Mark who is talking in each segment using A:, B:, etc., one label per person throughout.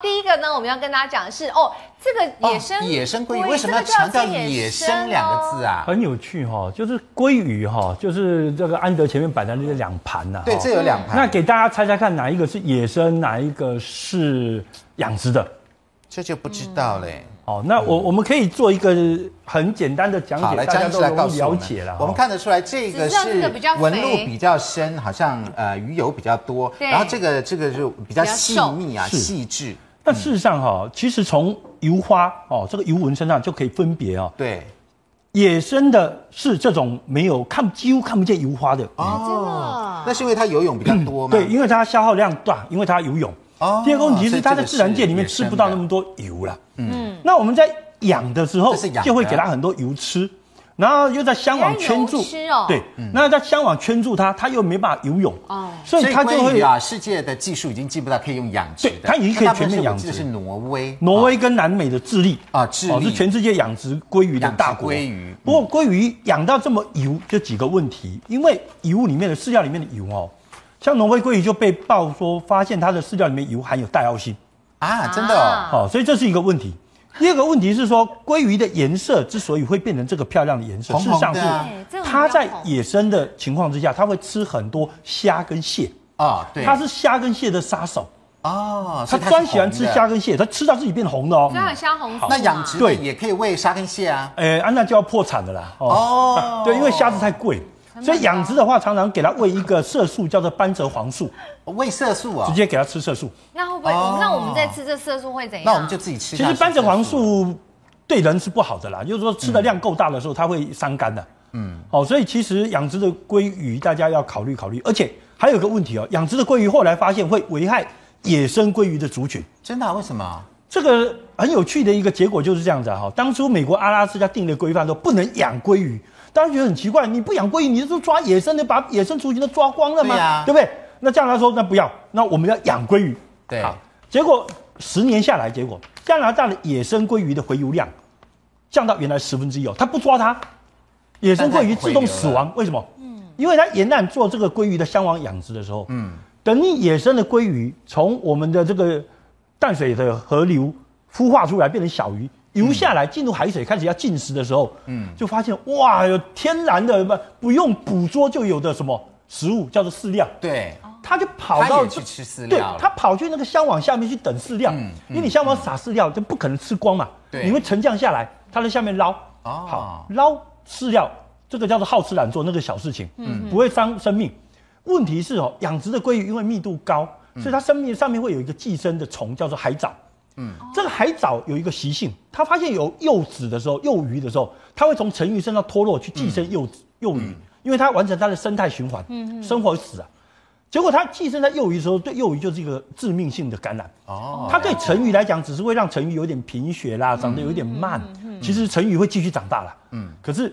A: 第一个呢，我们要跟大家讲的是哦，这个野生、
B: 哦野生鲑鱼
A: 对
B: 为什么要
A: 这个叫
B: 强调
A: 做
B: 野生两个字
A: 哦？
B: 啊？
C: 很有趣哈、就是鲑鱼哈、就是这个安德前面摆的那两盘呐、
B: 对，
C: 哈
B: 这有两
C: 那
B: 盘，
C: 给大家猜猜看，哪一个是野生，哪一个是养殖的？
B: 这就不知道嘞。
C: 好，那我、我们可以做一个很简单的嗯讲
B: 嗯好，
C: 解，
B: 来
C: 大
B: 张
C: 家
B: 医师
C: 都
B: 来
C: 容
B: 告
C: 易
B: 诉我
C: 了
B: 们
C: 解了、哈
B: 我们看得出来，这个
A: 只知道
B: 是
A: 这个比较
B: 纹
A: 肥
B: 路比较深，好像呃鱼油比较多，
A: 对
B: 然后这个这个就比较
A: 比较
B: 细
A: 瘦
B: 密啊，
C: 是
B: 细致。
C: 那事实上哈、其实从油花哦这个油纹身上就可以分别哦，
B: 对，
C: 野生的是这种没有看几乎看不见油花的，
A: 啊
B: 哦，那是因为它游泳比较多嘛？
C: 对，因为它消耗量大，因为它游泳。
B: 嗯哦
C: 第二个问题是它在自然界里面
B: 所
C: 吃
B: 以这个是野生的
C: 不到那么多油了。嗯，那我们在养的时候
B: 这是养的啊
C: 就会给它很多油吃，然后又在箱网圈住
A: 给它油吃哦，
C: 对，
B: 嗯
C: 那在箱网圈住它，它又没办法游泳，
A: 哦
C: 所以它就
B: 所以鲑
C: 会
B: 鱼啊，世界的技术已经进步到可以用养殖的，
C: 对它已经可以
B: 那大部分
C: 全面养
B: 是我记得
C: 殖
B: 是挪威，
C: 挪威跟南美的智利哦
B: 啊智利
C: 是全世界养殖鲑鱼的大国。
B: 养殖鲑鱼嗯
C: 不过鲑鱼养到这么油，就几个问题，因为油里面的饲料里面的油哦，像挪威鲑鱼就被曝说发现它的饲料里面油含有带奥辛，
B: 啊，真的哦，
A: 啊
C: 哦，所以这是一个问题。第二个问题是说，鲑鱼的颜色之所以会变成这个漂亮的颜色，
B: 红红的啊
C: 事实
A: 对这
C: 上
A: 种
C: 是
A: 比较
C: 它在
A: 红
C: 野生的情况之下，它会吃很多虾跟蟹，
B: 哦，对，
C: 它是虾跟蟹的杀手，
B: 哦，
C: 它
B: 所以是
C: 专喜欢吃
B: 红的
C: 虾。跟蟹，它吃到自己变红的哦
A: 所。以它有虾红素嘛
B: 那养殖的
C: 对
B: 也可以喂沙跟蟹啊，
C: 哎，安娜就要破产的啦。
B: 哦
C: 对，因为虾子太贵，所以
A: 高
C: 养殖的话，常常给它喂一个色素，叫做斑折黄素，
B: 喂色素啊、
C: 直
B: 哦。
C: 接给它吃色素。
A: 那会不会？
B: 哦
A: 那我们在吃这色素会怎样？
B: 那我们就自己吃
C: 哎其
B: 下去色
C: 实
B: 素。
C: 斑折黄素对人是不好的啦，就是说吃的量够大的时候，它会伤肝的。嗯，哦，所以其实养殖的鲑鱼大家要考虑考虑，而且还有一个问题哦，养殖的鲑鱼后来发现会危害野生鲑鱼的族群。
B: 真的啊、为什么？
C: 这个很有趣的一个结果就是这样子啊哈、当初美国阿拉斯加定的规范说不能养鲑鱼，大家觉得很奇怪，你不养鲑鱼，你就抓野生的，把野生族群都抓光了吗？
B: 对啊
C: 不对？那这样他说那不要，那我们要养鲑鱼。
B: 对
C: 好，结果十年下来，结果加拿大的野生鲑鱼的回游量降到原来十分之一哦，他不抓它，野生鲑鱼自动死亡，为什么？嗯，因为它沿岸做这个鲑鱼的箱网养殖的时候，嗯，等你野生的鲑鱼从我们的这个淡水的河流孵化出来变成小鱼，游下来进入海水开始要进食的时候，嗯，就发现哇，有天然的不不用捕捉就有的什么食物叫做饲料，
B: 对，
C: 它就跑到
B: 它也去
C: 这
B: 吃饲料
C: 对
B: 了，嗯
C: 它跑去那个箱网下面去等饲料，因为你箱网撒饲料就不可能吃光嘛，
B: 对
C: 你会沉降下来，它在下面捞，
B: 哦
C: 好捞饲料，这个叫做好吃懒做那个小事情，不会伤生命。问题是哦，养殖的鲑鱼因为密度高，所以它生命上面会有一个寄生的虫，叫做海藻。这个海藻有一个习性，它发现有幼子的时候，幼鱼的时候，它会从成鱼身上脱落去寄生幼子、幼鱼，因为它完成它的生态循环，生活死啊。结果它寄生在幼鱼的时候，对幼鱼就是一个致命性的感染。
B: 哦，嗯
C: 它对成鱼来讲，只是会让成鱼有点贫血啦，长得有点慢。其实成鱼会继续长大啦。嗯，可是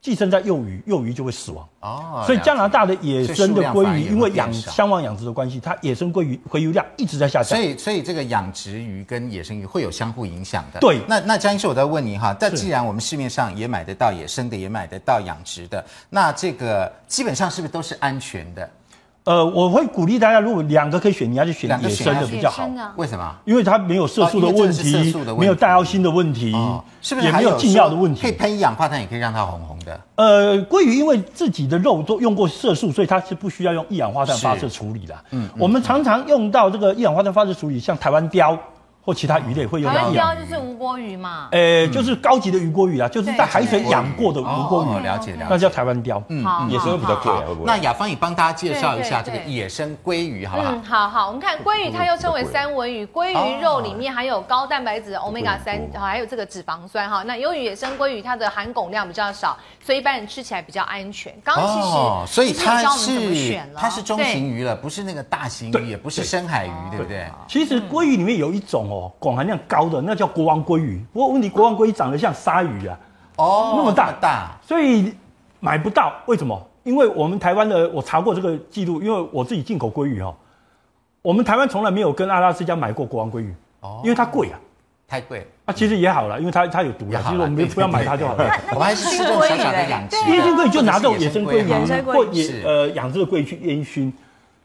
C: 寄生在幼鱼，幼鱼就会死亡。
B: 哦
C: 所以加拿
B: 了
C: 大的野生的
B: 所以数量反
C: 鲑
B: 而
C: 鱼，
B: 也会
C: 因为养
B: 变少
C: 相望养殖的关系，它野生鲑鱼回游量一直在下
B: 解所
C: 降。
B: 以所以这个养殖鱼跟野生鱼会有相互影响的。
C: 对
B: 那那张医师，我在问你哈，但
C: 是
B: 既然我们市面上也买得到野生的，也买得到养殖的，那这个基本上是不是都是安全的？
C: 呃，我会鼓励大家，如果两个可以选，你要去选
B: 两个
C: 野
B: 选
C: 生
B: 它
C: 的比较好
A: 野生，的
B: 为什么？
C: 因为它没有色素的
B: 哦因为
C: 问
B: 这个是色
C: 题
B: 素的问，题
C: 没有带奥辛的问题
B: 哦，，是不是
C: 嗯也
B: 还
C: 没有禁
B: 说
C: 药的问
B: 可以
C: 题。
B: 喷一氧化碳，也可以让它红红的。
C: 呃，鲑鱼因为自己的肉都用过色素，所以它是不需要用一氧化碳发射处理的。嗯，我们常常用到这个一氧化碳发射处理，像台湾鲷或其他鱼类会用
A: 台
C: 到
A: 湾嗯
C: 一氧。
A: 鲷就是无锅鱼嘛。
C: 呃，就是高级的鱼鲑鱼啦，就是在海水养过的鱼
B: 哦
C: 鲑鱼，
B: 了解了
C: 那
B: 解。
C: 叫台湾鲷。嗯，
A: 好，
D: 野生会比较
A: 好
D: 贵
A: 好
D: 啊，会不会？
B: 那雅芳也帮大家介绍一下这
A: 对
B: 个
A: 对对
B: 野生鲑鱼，好不好
A: 嗯，？好好，我们看鲑鱼，它又称为三文鱼，鲑
B: 哦
A: 鱼肉里面含有高蛋白质、omega 三，还有这个脂肪酸哈。那由于野生鲑鱼它的含汞量比较少，所以一般人吃起来比较安全。刚刚其实
B: 哦所以
A: 其实也
B: 它
A: 教我们怎么
B: 是
A: 选了，
B: 它是中型
A: 对，
B: 鱼了，不是那个大型
C: 对
B: 鱼，也不是深海鱼，对不对？
C: 其实鲑鱼里面有一种哦，汞含量高的，那叫国王鲑鱼。不过问题，国王鲑鱼长得像鲨鱼啊。
B: 哦
C: 那么大
B: 大，
C: 所以买不到，为什么？因为我们台湾的，我查过这个记录，因为我自己进口鲑鱼哦，我们台湾从来没有跟阿拉斯加买过国王鲑鱼，
B: 哦
C: 哦，因为它贵啊，
B: 太贵。
C: 啊，其实也好了，因为它它有毒
B: 也
C: 啊，
B: 好啦
C: 其实我们不要买它就 好了。
B: 我们还是吃这种小小的养殖的，
C: 烟熏鲑鱼就拿啊这种野生鲑
B: 好
C: 鱼啊
E: 生
C: 或
E: 鲑
B: 鱼
C: 野
B: 是
C: 呃养殖的鲑鱼去烟熏，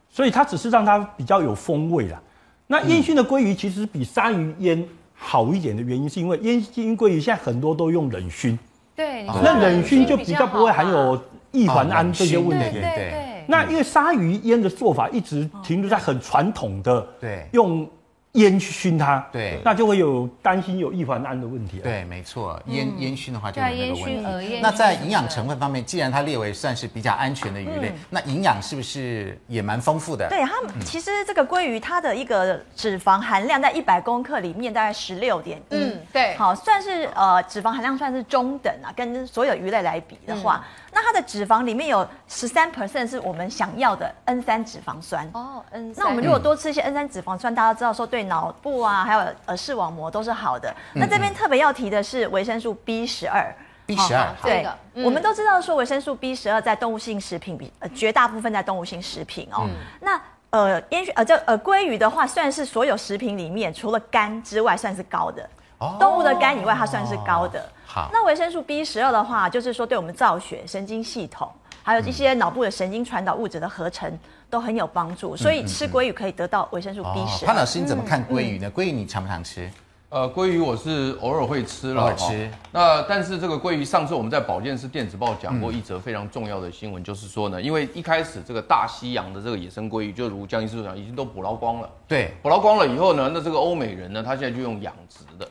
C: 所以它只是让它比较有风味啦。那烟熏的鲑鱼其实比鲨鱼腌好一点的原因，是因为烟熏鲑鱼现在很多都用冷熏，
A: 对，你说
C: 那冷熏就比
A: 比
C: 较不会
A: 好
C: 含
A: 吧
C: 有异环
B: 啊
C: 胺这些
B: 冷熏
C: 问
A: 对
C: 题。
A: 对
B: 对
A: 对，
C: 那因为鲨鱼腌的做法一直停留在很传统的，
B: 对
C: 用烟去熏它，
B: 对
C: 那就会有担心有异环胺的问题。，啊
B: 对，没错，烟烟熏的话就
A: 嗯对
B: 有
A: 啊
B: 那个
A: 烟熏鹅
B: 问题
A: 烟。
B: 那在
A: 熏
B: 营养成分方面，既然它列为算是比较安全的鱼类，
A: 嗯
B: 那营养是不是也蛮丰富的？
F: 对它其实这个鲑鱼它的一个脂肪含量在一百公克里面大概十六点一
A: 嗯，对
F: 好算是呃脂肪含量算是中等啊，跟所有鱼类来比的话，
A: 嗯
F: 那它的脂肪里面有十三 percent 是我们想要的 N 三脂肪酸。
A: 哦，N
F: 那我们
A: 三
F: 如果多吃一些 N 三脂肪酸，大家知道说对脑部啊，还有呃视网膜都是好的。
A: 嗯
F: 那这边特别要提的是维生素 B 十二。哦
B: B 十二，
A: 这
F: 对
A: 个，嗯
F: 我们都知道说维生素 B 十二在动物性食品比、呃、绝大部分在动物性食品
A: 嗯
F: 哦。那呃烟熏呃这呃鲑鱼的话，算是所有食品里面除了肝之外算是高的，
B: 哦
F: 动物的肝以外它算是高的。
B: 好
F: 那维生素 B 十二的话，就是说对我们造血、神经系统，还有一些
B: 嗯
F: 脑部的神经传导物质的合成都很有帮助，所以吃鲑鱼可以得到维生素 B
B: 嗯哦
F: 十
B: 潘
F: 二。
B: 老师，你
A: 嗯
B: 怎么看鲑鱼呢？鲑鱼你常不常吃？
E: 呃，鲑鱼我是偶尔会吃了，
B: 偶尔吃
E: 哦那但是这个鲑鱼，上次我们在保健室电子报讲
B: 嗯
E: 过一则非常重要的新闻，就是说呢，因为一开始这个大西洋的这个野生鲑鱼，就如江医师所讲，已经都捕捞光了。
B: 对，
E: 捕捞光了以后呢，那这个欧美人呢，他现在就用养殖的。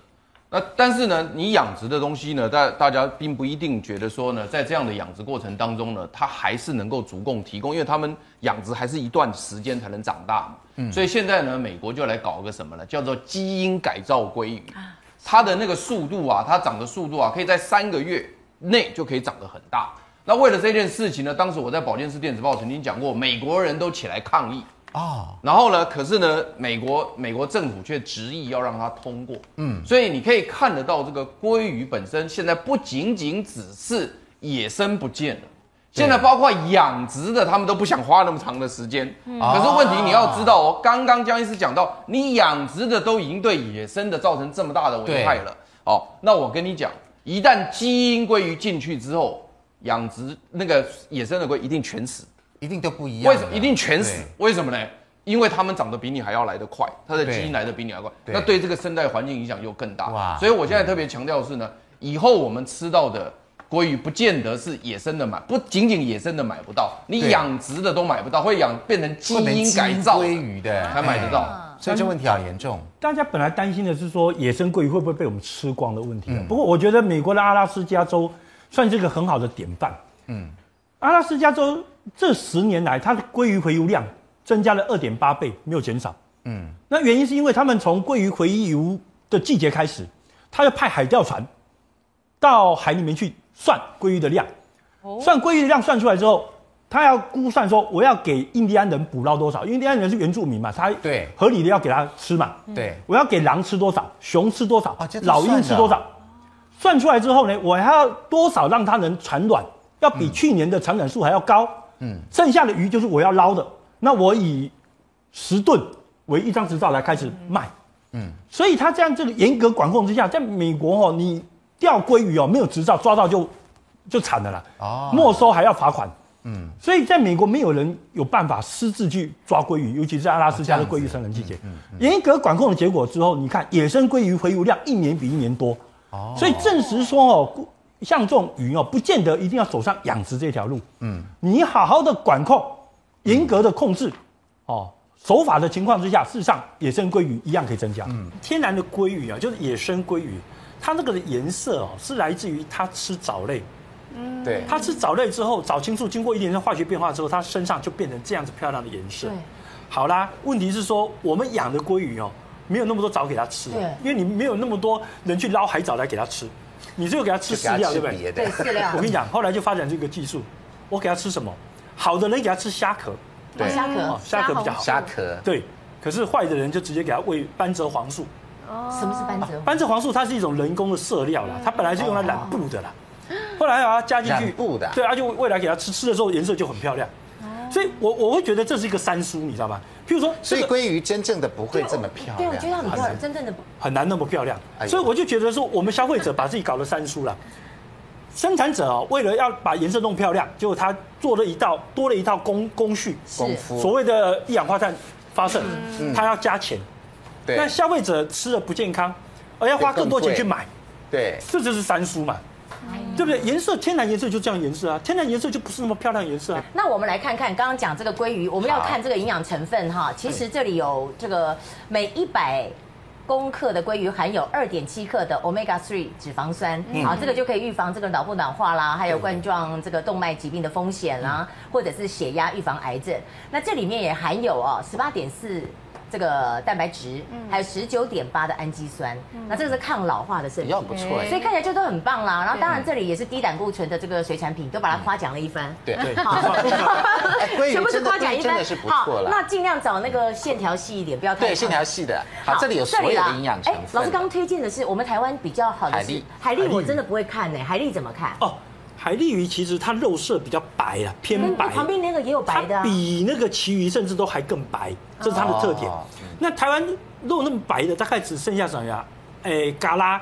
E: 那但是呢，你养殖的东西呢，大大家并不一定觉得说呢，在这样的养殖过程当中呢，它还是能够足供提供，因为他们养殖还是一段时间才能长大嘛。所以现在呢，美国就来搞个什么呢？叫做基因改造鲑鱼。它的那个速度啊，它长的速度啊，可以在三个月内就可以长得很大。那为了这件事情呢，当时我在保健室电子报曾经讲过，美国人都起来抗议。
B: 哦，
E: 然后呢，可是呢，美国美国政府却执意要让它通过，嗯，所以你可以看得到，这个鲑鱼本身现在不仅仅只是野生不见了。现在包括养殖的，他们都不想花那么长的时间。可是问题你要知道哦，刚刚江医师讲到，你养殖的都已经对野生的造成这么大的危害了。哦，那我跟你讲，一旦基因鲑鱼进去之后，养殖那个野生的鲑一定全死。
B: 一定都不一样的。
E: 为什么一定全死
B: 对？
E: 为什么呢？因为他们长得比你还要来得快，它的
B: 对
E: 基因来得比你还快，
B: 对
E: 那对这个生态环境影响又更
B: 哇
E: 大。所以我现在特别强调的是呢，以后我们吃到的鲑鱼不见得是野生的买，不仅仅野生的买不到，你
B: 对
E: 养殖的都买不到，会养变成基
B: 不能
E: 因
B: 基
E: 改造
B: 鲑鱼的
E: 才买得到。
B: 哎所以这问题好严重。
C: 大家本来担心的是说野生鲑鱼会不会被我们吃光的问题、啊不过我觉得美国的阿拉斯加州算是一个很好的典范。嗯，阿拉斯加州这十年来，它的鲑鱼回游量增加了二点八倍，没有减少。嗯，那原因是因为他们从鲑鱼回游的季节开始，他要派海钓船到海里面去算鲑鱼的量，算鲑鱼的量算出来之后。他要估算说，我要给印第安人捕捞多少？因为印第安人是原住民嘛，他
B: 对
C: 合理的要给他吃嘛。
B: 对，
C: 我要给狼吃多少，熊吃多少，
B: 哦这都
C: 老鹰
B: 算
C: 吃
B: 的
C: 多少，算出来之后呢，我还要多少让它能产卵，要
B: 嗯
C: 比去年的产卵数还要高。嗯，剩下的鱼就是我要捞的，那我以十吨为一张执照来开始卖。嗯，所以它这样这个严格管控之下，在美国哦，你钓鲑鱼哦，没有执照抓到就就惨了啦，
B: 哦
C: 没收还要罚款。嗯，所以在美国没有人有办法私自去抓鲑鱼，尤其是阿拉斯加的鲑鱼生人季节。严格管控的结果之后，你看野生鲑鱼回游量一年比一年多。哦，所以证实说哦，顾像这种鱼哦，不见得一定要走上养殖这条路。嗯，你好好的管控，严格的控制，哦，守法的情况之下，事实上野生鲑鱼一样可以增加。嗯，
G: 天然的鲑鱼啊，就是野生鲑鱼，它那个的颜色哦，是来自于它吃藻类。
B: 对，
G: 它吃藻类之后，藻青素经过一点点化学变化之后，它身上就变成这样子漂亮的颜色
A: 对。
G: 好啦，问题是说我们养的鲑鱼哦，没有那么多藻给它吃
A: 对，
G: 因为你没有那么多人去捞海藻来给它吃，你只有给它吃
B: 就给
G: 饲
B: 它
G: 料，对
B: 吃
G: 不对？
B: 别的
A: 对，饲料
G: 我跟你讲，后来就发展这个技术，我给它吃什么？好的人给它吃虾壳，
B: 对
A: 虾壳
G: 哦，虾壳比较好
B: 虾壳。
G: 对，可是坏的人就直接给它喂斑折黄素。
A: 什么是斑
B: 哦
A: 折？
G: 斑蔗黄素它是一种人工的饲料啦，它本来是用来染布的啦，后来把它加进去
B: 嗯哦染布的啊哦
G: 对啊，就未来给它吃，吃的时候颜色就很漂亮。所以我我会觉得这是一个三叔，你知道吗？譬如说
B: 所
G: 这
B: 以
G: 个
B: 鲑鱼真正的不会这么漂亮。
H: 对，我觉得你要真正的
G: 很难那么漂亮
B: 哎，呦
G: 所以我就觉得说我们消费者把自己搞得三叔了。生产者啊、为了要把颜色弄漂亮，结果他做了一道多了一道工工序，
A: 是
B: 功夫
G: 所谓的一氧化碳发射，他要加钱，
B: 嗯对
C: 那消费者吃的不健康，而要花更多钱去买，
B: 对，
C: 这就是三叔嘛，
I: 嗯
C: 对不对？颜色天然颜色就这样颜色啊，天然颜色就不是那么漂亮的颜色啊。
I: 那我们来看看刚刚讲这个鲑鱼，我们要看这个营养成分
J: 哎
I: 哈。其实这里有这个每一百。公克的鲑鱼含有二点七克的 omega three 脂肪酸，
J: 嗯
I: 好、这个就可以预防这个脑部软化啦，还有冠状这个动脉疾病的风险啦，
J: 嗯
I: 或者是血压预防癌症。那这里面也含有哦十八点四这个蛋白质，还有十九点八的氨基酸，那这个是抗老化的圣
J: 比
I: 品
J: 较不嗯错哎
I: 所以看起来就都很棒啦。然后当然这里也是低胆固醇的这个水产品，都
J: 嗯
I: 把它夸奖了一番。
B: 对对
I: 好，
B: 鲑鱼
I: 全部
B: 哎
I: 是
B: 真的
I: 夸奖一
B: 真
I: 番，
B: 的是不错啦
I: 好那尽量找那个线条细一点，不要太
B: 对，线条细的。好，
I: 好
B: 这里有所有
I: 啦
B: 的营养成分
I: 哎。老师刚刚推荐的是我们台湾比较好的
B: 海
I: 是
B: 蛎
I: 海蛎，我真的不会看呢。海蛎怎么看？
C: 哦，海蛎鱼其实它肉色比较白啊，偏白。
I: 嗯旁边那个也有白的、
C: 它
I: 啊。
C: 比那个其余甚至都还更白，这是它的特点。
B: 哦
C: 那台湾肉那么白的，大概只剩下什么呀？哎，嘎啦、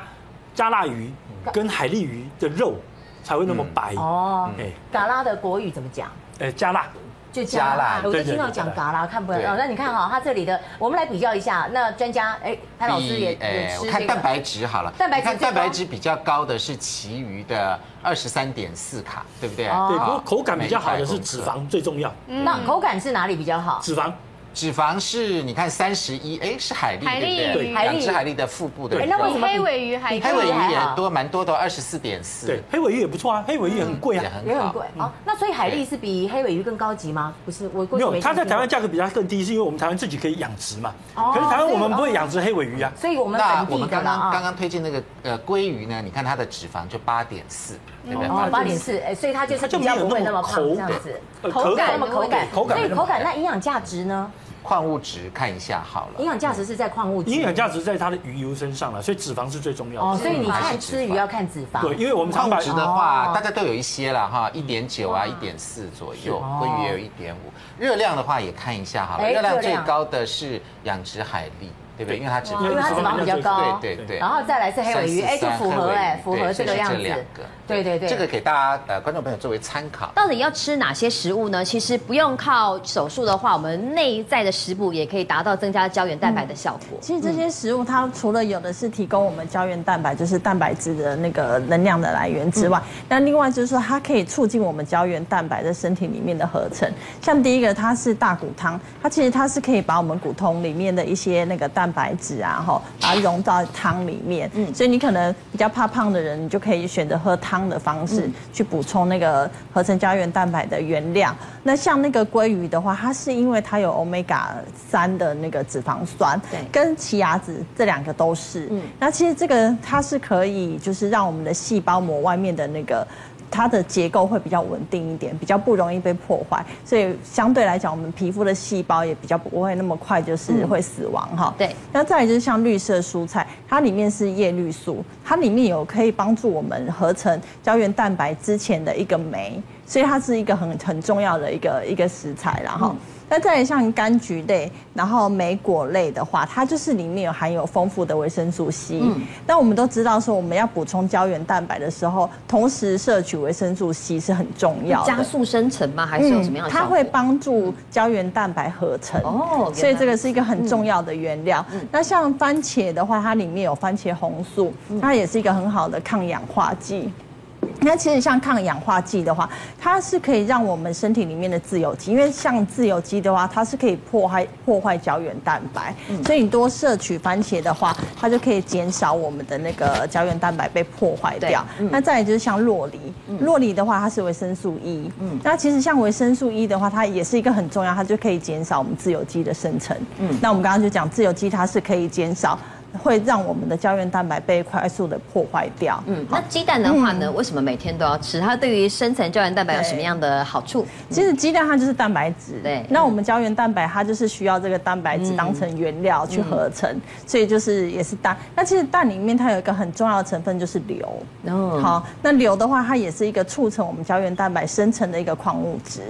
C: 加辣鱼跟海蛎鱼的肉才会那么白。
I: 哦，
C: 哎
I: 嘎拉的国语怎么讲？
C: 哎，加辣，
I: 就
B: 加辣
I: 我就
C: 对
I: 听到讲
C: 对对
I: 嘎啦，看不
B: 对
I: 到。哦那你看哈，它这里的，我们来比较一下。那专家，哎，潘老师也
B: 比
I: 也吃
B: 我
I: 这
B: 看
I: 个
B: 蛋白质好了，
I: 蛋白质
B: 你看
I: 最高
B: 蛋白质比较高的是其余的二十三点四卡，对不对？
I: 哦嗯
C: 对，不过
B: 好
C: 口感比较好的是脂，
B: 每一百公克
C: 肪最重要，
I: 那口感是哪里比较好？
B: 嗯
C: 脂肪
B: 脂肪是你看三十一，哎，是海蛎，
K: 海蛎
B: 对不对？
I: 海蛎
B: 两只海蛎的腹部的
I: 哎
B: 肉，
I: 那为什么
K: 黑尾鱼还
B: 黑尾鱼
I: 还
B: 也
I: 好
B: 多蛮多的，哦二十四点四，
C: 对，黑尾鱼也不错啊，黑尾鱼也很贵
B: 也
C: 啊。
B: 很
I: 也很
B: 好
I: 贵。哦。那所以海
B: 对
I: 蛎是比黑尾鱼更高级吗？不是，我过
C: 没
I: 去
C: 有，它
I: 听
C: 在台湾
I: 过，
C: 价格比它更低，是因为我们台湾自己可以养殖嘛。
I: 哦
C: 可是台湾
I: 所以
C: 我们不会养殖黑尾鱼啊。
I: 所以我哦们
B: 那我
I: 本地
B: 们
I: 的
B: 刚
I: 啦
B: 刚刚
I: 啊。
B: 刚推荐那个呃鲑鱼呢，你看它的脂肪就八点四，对不对？
I: 哦，八点四，哎，所以它就是
C: 它就
I: 比
C: 没有
I: 较不会
C: 那
I: 那
C: 么
I: 么胖这样
C: 口
I: 子，
C: 呃
I: 口感
K: 口感
I: 那么口感，
C: 口感
I: 所以
C: 没那么
I: 口感
C: 好
I: 那营养价值呢？
B: 矿物质看一下好
I: 营
B: 了，
I: 养价值是在矿物质，
C: 营养价值在它的鱼油身上了，所以脂肪是最重要的。
I: 哦，所以你
B: 还是
I: 看
B: 脂
I: 吃鱼
B: 肪
I: 要看脂肪，
C: 对，因为我们常
B: 矿
C: 把
B: 物质的
I: 哦
B: 话，大家都有一些了哈，
I: 嗯
B: 一点九啊，一点四左右，鲑鱼也有一点五。热量的话也看一下好了，
I: 哎
B: 热量
I: 热
B: 最
I: 量哦
B: 高的是养殖海蛎，对不对？因为它脂肪
C: 呃
I: 因为它脂肪比较高，
B: 对对对
I: 然后再来是黑尾鱼，
B: 343
I: 哎，就符合哎，
B: 黑
I: 符
B: 尾鱼
I: 合
B: 对
I: 这个样
B: 所以是这两
I: 子
B: 个，
I: 对对对，
B: 这个给大家呃观众朋友作为参考。
A: 到底要吃哪些食物呢？其实不用靠手术的话，我们内在的食补也可以达到增加胶原蛋白的效果。
F: 其实这些食物它除了有的是提供我们胶原蛋白，就是蛋白质的那个能量的来源之外，那另外就是说它可以促进我们胶原蛋白在身体里面的合成。像第一个它是大骨汤，它其实它是可以把我们骨头里面的一些那个蛋白质啊，哈，把它融到汤里面。嗯，所以你可能比较怕胖的人，你就可以选择喝汤的方式去补充那个合成胶原蛋白的原料。那像那个鲑鱼的话，它是因为它有 omega 三的那个脂肪酸，
A: 对
F: 跟奇亚籽这两个都是。嗯，那其实这个它是可以就是让我们的细胞膜外面的那个。它的结构会比较稳定一点，比较不容易被破坏，所以相对来讲，我们皮肤的细胞也比较不会那么快就是会死亡哈、
A: 对
F: 那再来就是像绿色蔬菜，它里面是叶绿素，它里面有可以帮助我们合成胶原蛋白之前的一个酶，所以它是一个很很重要的一个一个食材啦，然
A: 嗯
F: 后。那再来像柑橘类，然后莓果类的话，它就是里面有含有丰富的维生素 C。那我
A: 嗯
F: 们都知道说，我们要补充胶原蛋白的时候，同时摄取维生素 C 是很重要的。嗯
A: 加速生成吗？还是有什么样的效
F: 它
A: 果？
F: 会帮助胶原蛋白合成
A: 哦原来
F: 嗯
A: 嗯
F: 所以这个是一个很重要的原料。那像番茄的话，它里面有番茄红素，
A: 嗯
F: 它也是一个很好的抗氧化剂。那其实像抗氧化剂的话，它是可以让我们身体里面的自由基，因为像自由基的话，它是可以破坏破坏胶原蛋白，所以你多摄取番茄的话，它就可以减少我们的那个胶原蛋白被破坏掉。那再来就是像洛梨，洛梨的话它是维生素 E，嗯，那其实像维生素 E 的话，它也是一个很重要，它就可以减少我们自由基的生成。嗯，那我们刚刚就讲自由基，它是可以减少。会让我们的胶原蛋白被快速的破坏掉。
A: 嗯，那鸡蛋的话呢？
F: 嗯
A: 为什么每天都要吃？它对于生成胶原蛋白有什么样的好处？
F: 其实鸡蛋它就是蛋白质，
A: 对嗯
F: 那我们胶原蛋白它就是需要这个蛋白质当成原料去合成，所以就是也是蛋。那其实蛋里面它有一个很重要的成分就是硫。
A: 哦
F: 好，那硫的话，它也是一个促成我们胶原蛋白生成的一个矿物质。